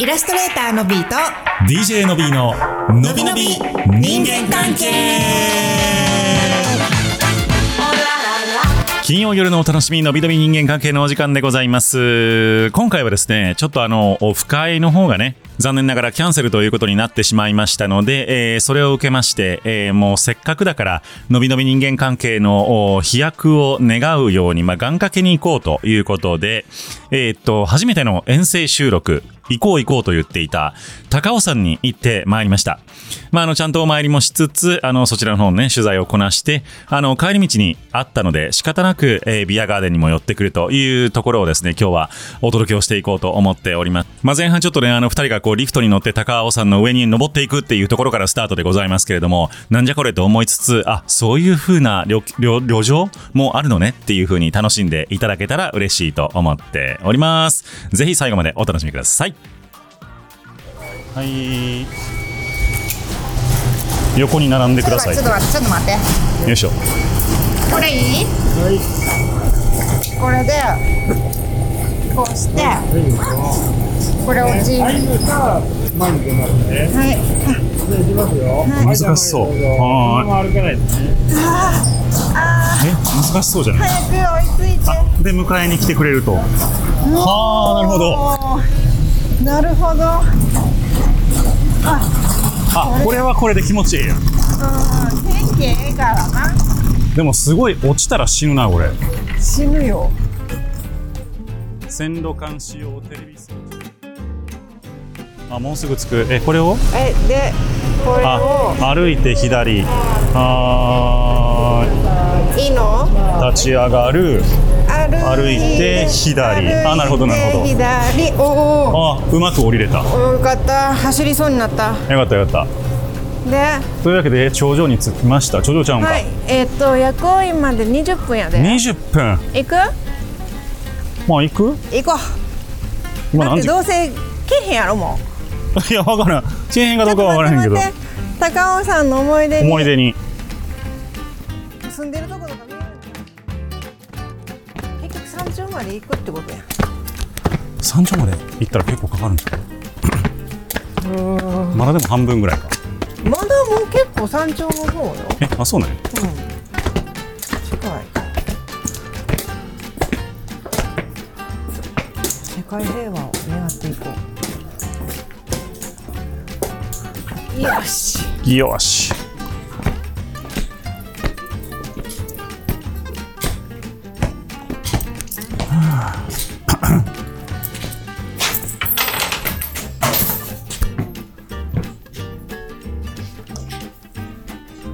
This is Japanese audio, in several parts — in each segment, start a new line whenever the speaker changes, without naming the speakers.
イラストレーターのビーと
DJ の B ののびのび人間関係金曜夜のお楽しみのびのび人間関係のお時間でございます今回はですねちょっとあのオフ会の方がね残念ながらキャンセルということになってしまいましたので、えーそれを受けまして、えーもうせっかくだから、のびのび人間関係のお飛躍を願うように、まあ、願掛けに行こうということで、えーっと、初めての遠征収録、行こう行こうと言っていた高尾山に行ってまいりました。まあ、あの、ちゃんとお参りもしつつ、あの、そちらの方のね、取材をこなして、あの、帰り道にあったので、仕方なく、えービアガーデンにも寄ってくるというところをですね、今日はお届けをしていこうと思っております。まあ、前半ちょっとね、あの、二人がこう、リフトに乗って高尾山の上に登っていくっていうところからスタートでございますけれども、なんじゃこれと思いつつ、あ、そういう風な旅、旅、旅情もあるのねっていう風に楽しんでいただけたら嬉しいと思っております。ぜひ最後までお楽しみください。はい。横に並んでください。
ちょっと待ってちょっと待って
よいしょ。
これいいこれでこうしてこれをじはい
前に出ますね。で、いきますよ。
難しそう
は
は
前にどうぞここも歩かないですね。
え、難しそうじゃない
早く追いついて
で、迎えに来てくれると。はあ、なるほど。
どなるほど
あ、これはこれで気持ちいいやん。
うん天気ええからな
でもすごい落ちたら死ぬな、これ。
死ぬよ
線路監視用テレビ装置。あ、もうすぐ着く。え、これを
えでこれ
あ
を、
歩いて左。あ
いいの
ー、立ち上がる。
歩
歩いて左
歩いて
あなるほどなるほど
左おお
あ、うまく降りれた。よ
およかった走りそうになった
かったよかった。
で
というわけで、頂上に着きました。頂上ちゃうんか。
はいえっ、と夜行院まで20分やで
20分。
行く
まあ、行く
行こう
今
だっ
何
て
時
どうせ来へんやろもう
いや、わからん。地辺がどうかはわからへんけど
ちょ。っと待って待って高尾さんの思い出に
思い出に。
住んでるとことか見える結局山頂まで行くってことや
山頂まで行ったら結構かかるんですよまだでも半分ぐらいか
まだもう結構山頂の方よ
えあそうなんや
近い世界平和を狙っていこうよし
よし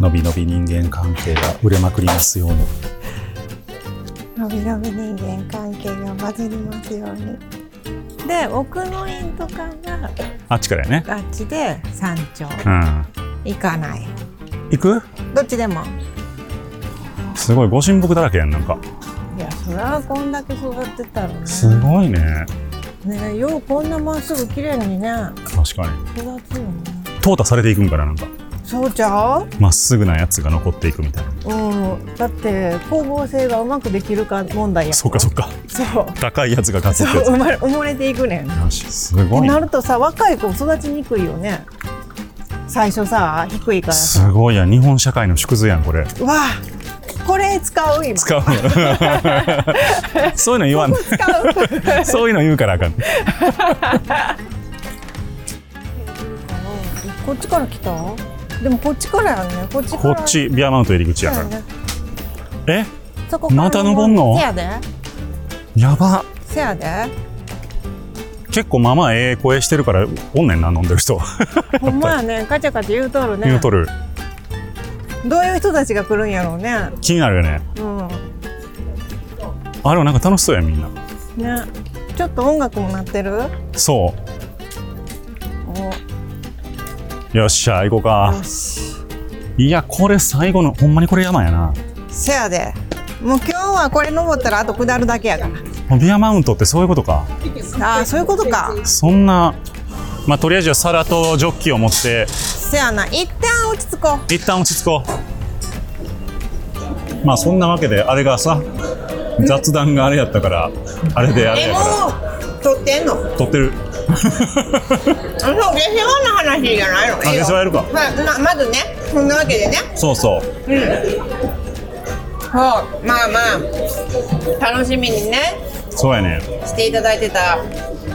のびのび人間関係が売れまくりますように
のびのび人間関係がバズりますようにで奥の院とかが
あっちからやね
あっちで山頂
うん
行かない
行く
どっちでも
すごいご神木だらけやんなんか
いやそれはこんだけ育ってたらね
すごいね
ねようこんなまっすぐ綺麗にね
確かに
育つよね
淘汰されていくんかななんか
そうちゃう
まっすぐなやつが残っていくみたいな
うん、だって光合成がうまくできるか問題や
そっかそっか
そう
高いやつが勝つ
そ
ってや
う
つ
生まれ埋もれていくねんっ
よしすご
て
い
な
な
るとさ若い子育ちにくいよね最初さ低いから
す
さ
ごいやん日本社会の縮図やんこ れ
わあこれ使う今
使うそういうの言わん
使う こ
そういうの言うからあかん
っちから来たでもこっちからやんねこっちか
こ
ら
っちビアマウント入り口やか
ね、
らえ
そこから
また登んの
せやで
やば
せやで
結構まあまあええ声してるからおんねんな飲んでる人
ほんまやねカチャカチャ言うとるね
言うとる
どういう人たちが来るんやろうね
気になるよね
うん
あれもなんか楽しそうやんみんな
ねちょっと音楽も鳴ってる
そ
お
うよっしゃ行こうか
よし
いやこれ最後のほんまにこれ山やな
せやでもう今日はこれ登ったらあと下るだけやから
ビアマウントってそういうことか
ああそういうことか
そんなまあとりあえずじゃあ皿とジョッキを持って
せやな一旦落ち着こう
一旦落ち着こうまあそんなわけであれがさ雑談があれやったからあれであれ
え
や
も
か
う撮ってんの
ら撮ってる
そう下世話の話じゃないの
あ下世話やるか
まままずねそんなわけでね
そうそう
そうまあまあ楽しみにね
そうやね
していただいてた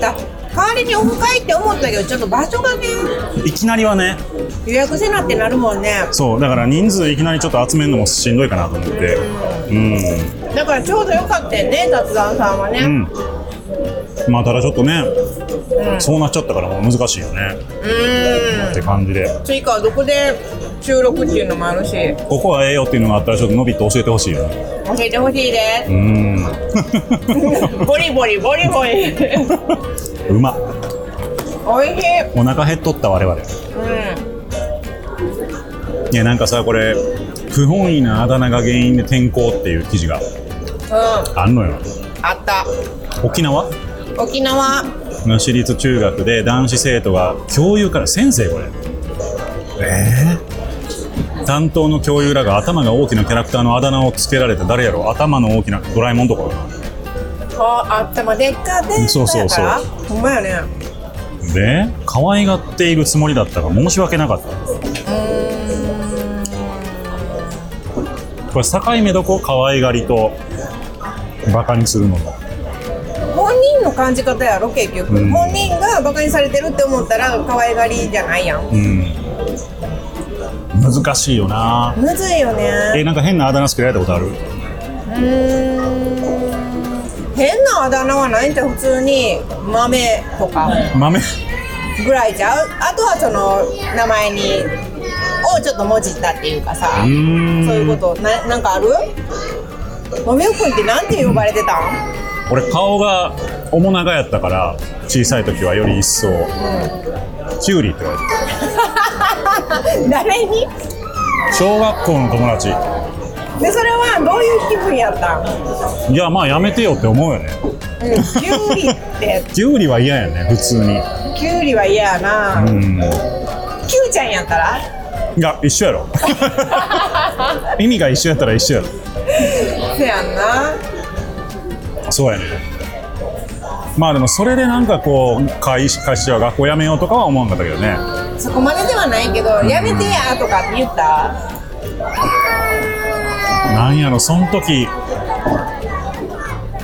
だ代わりにオフ会って思ったけどちょっと場所がね
いきなりはね
予約せなってなるもんね
そうだから人数いきなりちょっと集めるのもしんどいかなと思ってうん
だからちょうどよかったよね雑談さんはね、
うんまあただちょっとね、そうなっちゃったからもう難しいよねって感じで
追加はどこで収録っていうのもあるし教
ここはええよっていうのがあったらちょっと伸びって教えてほしいよね
えてほしいで
うん
すボリボリボリボリ
うま
おいしい
お腹減っとった我々
うん
いやなんかさこれ不本意なあだ名が原因で転校っていう記事が
うんあ
あんのよ
った
沖縄
沖縄
の私立中学で男子生徒が教諭から先生これええ担当の教諭らが頭が大きなキャラクターのあだ名をつけられた誰やろ頭の大きなドラえもんとかかな
ああったまでっかでっかやから
そうそうそう
ほんまやね
で可愛がっているつもりだったが申し訳なかったこれ境目どこ可愛がりとバカにするのと
本人の感じ方やろ結局、
うん
本人がバカにされてるって思ったら可愛がりじゃないやん
うん難しいよな
むずいよね
えなんか変なあだ名つけられたことある
うーん変なあだ名はないんじゃ普通に豆とか
豆
ぐらいじゃうあとはその名前にをちょっともじったっていうかさ
う
そう
ーん
いうことななんかある豆尾くんってなんて呼ばれてたん
俺顔が面長やったから小さい時はより一層キュウリって言われてた
誰に
小学校の友達
でそれはどういう気分やったん、
いやまあやめてよって思うよね
うん、キュウリって
キュウリは嫌やね普通に
キュウリは嫌やな、
うん
キュウちゃんやったら
いや一緒やろ 意味が一緒やったら一緒や
せやんな
ろそうやねまあでもそれでなんかこう会社会社は学校辞めようとかは思わんかったけどね
そこまでではないけど「やめてや」とかって言った
なんやろその時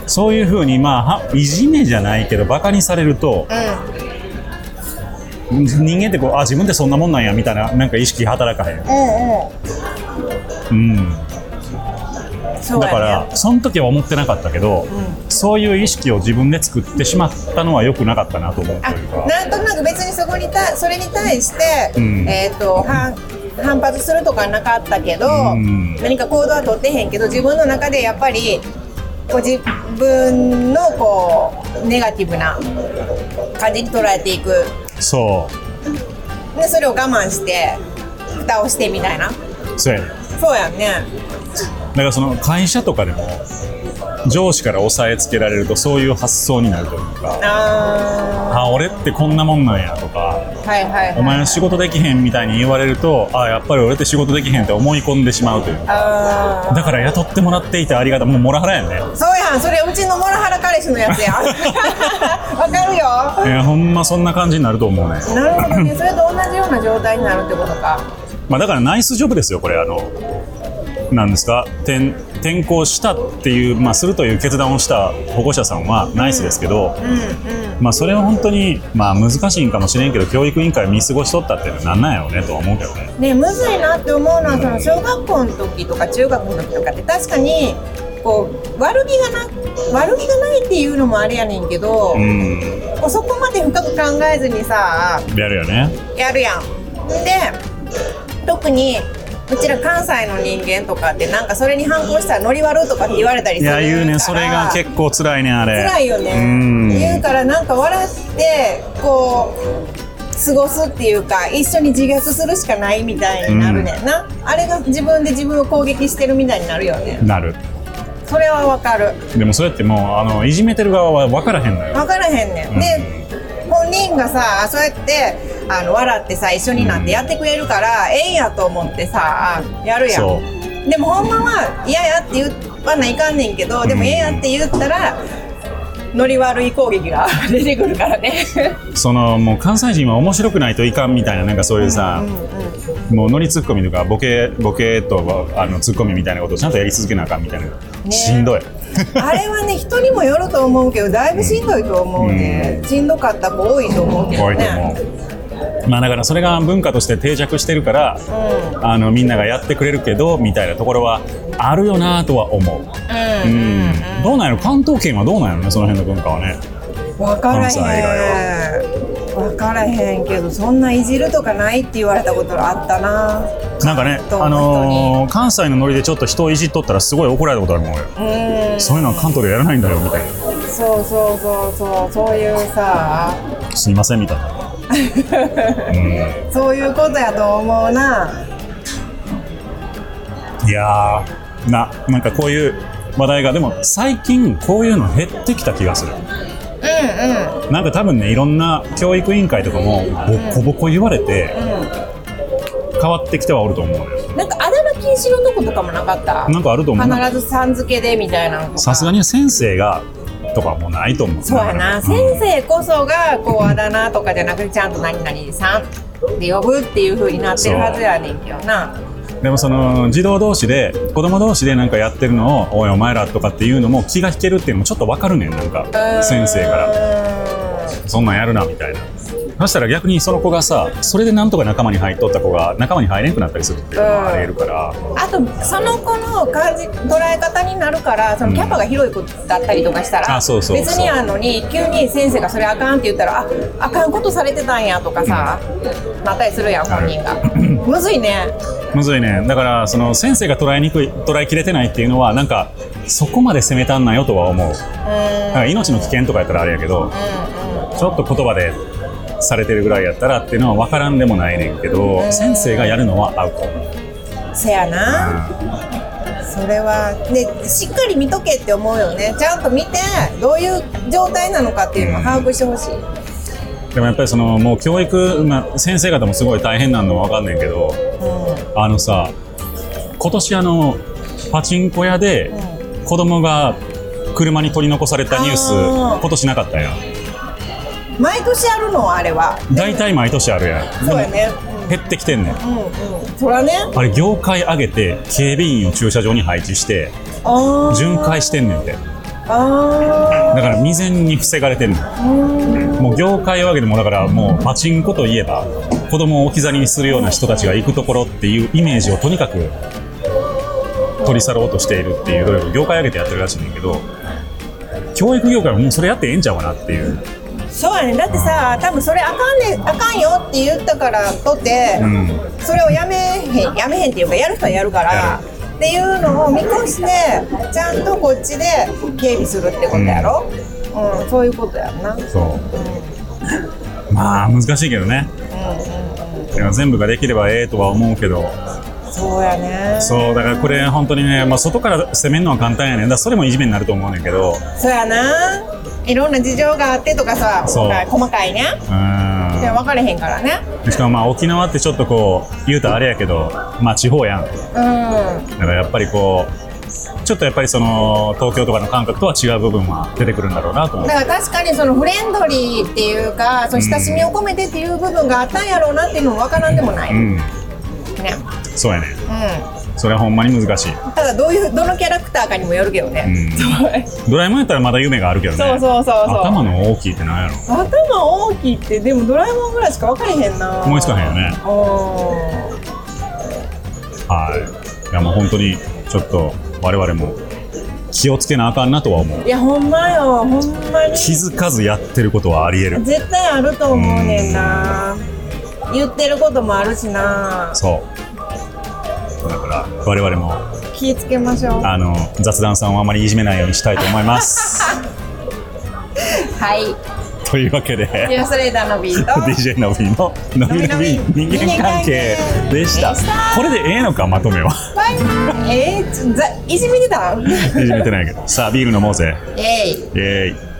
そういうふうにまあはいじめじゃないけどバカにされると
うん
人間ってこうあ自分ってそんなもんなんやみたいななんか意識働かへん、
うんう
うん、
んそう
だ
やね
からその時は思ってなかったけど、そういう意識を自分で作ってしまったのは良くなかったなと思うと
あ
いうか
なんとなく別にそこにたそれに対し
う
て、
ん
えっ、と反反発するとかなかったけど、
うん
何か行動は取ってへんけど自分の中でやっぱりこう自分のこうネガティブな感じに捉えていく
そ
でそれを我慢して蓋をしてみたいな
うそうやね
そうやんね
だからその会社とかでも上司から押さえつけられるとそういう発想になるというか
あ
あ俺ってこんなもんなんやとか
ーはいはい、はい、
お前は仕事できへんみたいに言われるとあやっぱり俺って仕事できへんって思い込んでしまうという
あー
だから雇ってもらっていてありがたいもうモラハラやね
そうやんそれうちのモラハラ彼氏のや つやんわかるよ
いやほんまそんな感じになると思うね、
なるほどね、それと同じような状態になるってことか。
まあ、だからナイスジョブですよこれあのなんですか転転校したっていう、まあ、するという決断をした保護者さんはナイスですけど、
うんうん。
まあ、それは本当に、まあ、難しいんかもしれんけど教育委員会見過ごしとったっていうのはなんなんやろうねとは思うけどね
ね、むずいなって思うのは、その小学校の時とか中学の時とかって、確かに。こう、悪気がな、悪気がないっていうのもあれやねんけど。
うん
こうそこまで深く考えずにさ、
やるよね
やるやん。で。特に。うちら関西の人間とかってなんかそれに反抗したらノリ悪とかって言われた
い
りするか
や
ら
言うねそれが結構辛いねあれ
辛いよね、
うん
言うからなんか笑ってこう過ごすっていうか一緒に自虐するしかないみたいになるねんな、あれが自分で自分を攻撃してるみたいになるよね
なる
それはわかる
でもそうやってもうあのいじめてる側は分からへんのよ
わからへんねん、
ん
で本人がさそうやってあの笑ってさ一緒になってやってくれるから、ええんやと思ってさやるや
そ
んでもほんまは嫌やって言わないかんねんけどでも
うん
嫌やって言ったら、ノリ悪い攻撃が出てくるからね
そのもう関西人は面白くないといかんみたいななんかそういうさ、もうノリツッコミとかボケボケとあのツッコミみたいなことをちゃんとやり続けなあかんみたいな、し んどい
あれはね人にもよると思うけどだいぶしんどいと思うね、しんどかった子多いと思うけど
怖いと思
ね
う。まあだからそれが文化として定着してるから、あのみんながやってくれるけどみたいなところはあるよなとは思う、う
う
ん
ん
どうなんやろ関東圏はどうなんやろねその辺の文化はね
分から
関西
へん分からへんけどそんないじるとかないって言われたことあったな
なんかね、
関東の
あのー関西のノリでちょっと人をいじっとったらすごい怒られたことあるもん俺、
うん
そういうのは関東でやらないんだよみたい
そうそうそうそうそういうさ
なすいませんみたいな
そういうことやと思うない
やーななんかこういう話題がでも最近こういうの減ってきた気がする
うんうん
なんか多分ねいろんな教育委員会とかもボコボコ言われて変わってきてはおると思うのよ
なんかあだ名禁止のとことかもなかった
なんかあると思うな
必ずさん付けでみたいなのとか
さすがに先生がとかはもうないと思う
そうやな、
ん
先生こそがこうあだ名とかじゃなくてちゃんと何々さんで呼ぶっていう風になってるはずやねんけどな
でもその児童同士で子供同士でなんかやってるのを「おいお前ら」とかっていうのも気が引けるっていうのもちょっとわかるねんなんか先生から
ら
「そんなんやるな」みたいなそしたら逆にその子がさそれでなんとか仲間に入っとった子が仲間に入れなくなったりするっていうのもありえるから
あとその子の感じ捉え方になるからそのキャパが広い子だったりとかしたら、
あそうそうそう
別にあのに急に先生がそれあかんって言ったらああかんことされてたんやとかさ、なったりするやん本人がむずいね
むずいねだからその先生が捉えにくい捉えきれてないっていうのはなんかそこまで責めたんなよとは思う
う
だ
ーん
から命の危険とかやったらあれやけどちょっと言葉でされてるぐらいやったらっていうのは分からんでもないねんけど先生がやるのはアウト。
せやなそれはでしっかり見とけって思うよねちゃんと見てどういう状態なのかっていうのを把握してほしい、
でもやっぱりそのもう教育、まあ、先生方もすごい大変なのは分かんないけどあのさ今年あのパチンコ屋で子供が車に取り残されたニュース
あー
今年なかったやん
毎年あるのあれは
大体毎年あるやん
そうやね
減ってきてんねん
うんうんうんそらね
あれ業界上げて警備員を駐車場に配置して
あー
巡回してんねんて
あ
だから未然に防がれてるもう業界わけでもだからもうパチンコといえば子供を置き去りにするような人たちが行くところっていうイメージをとにかく取り去ろうとしているっていう努力を業界上げてやってるらしいねんだけど教育業界はもうそれやってええんちゃうかなっていう
ーそうやねだってさ多分それあかんねあかんよって言ったからとって、
ん
それをやめへんやめへんっていうかやる人はやるからっていうのを見越してちゃんとこっちで警備するってことやろ、うんそういうことやんな
そうまあ難しいけどねいや全部ができればええとは思うけど
そうやねそ
そうだからこれ本当にね、まあ、外から攻めるのは簡単やねんだからそれもいじめになると思うねんけど
うやないろんな事情があってとかさ
そう
細かいね
うん
で分かれへんからね
しかもまあ沖縄ってちょっとこう言うとあれやけどまあ地方やんだ
うん
からやっぱりこうちょっとやっぱりその東京とかの感覚とは違う部分は出てくるんだろうなと思う
だから確かにそのフレンドリーっていうかその親しみを込めてっていう部分があったんやろうなっていうのも分からんでもないうね
んそうやね
う
それはほんまに難しい、
んただどういうどのキャラクターかにもよるけど
う
ね、
ん、ドラえもんやったらまだ夢があるけどね
そうそうそうそう
頭の大きいってなんやろ
頭大きいってでもドラえもんぐらいしか分かれへんな
思いつかへんよね
うん
はいいやもう本当にちょっと我々も気をつけなあかんなとは思う
いやほんまよほんまに
気づかずやってることはありえる
絶対あると思うねんな言ってることもあるしな
そうだから我々も
気ぃつけましょう
あの雑談さんをあまりいじめないようにしたいと思います。
はい
というわけで
ディアスレーダーのビート
DJ のびののびのび人間関係でした
でした
これでええのかまとめは
バイバイえー、ちょざいじめてた
いじめてないけどさあビール飲もうぜ
えい
イエーイ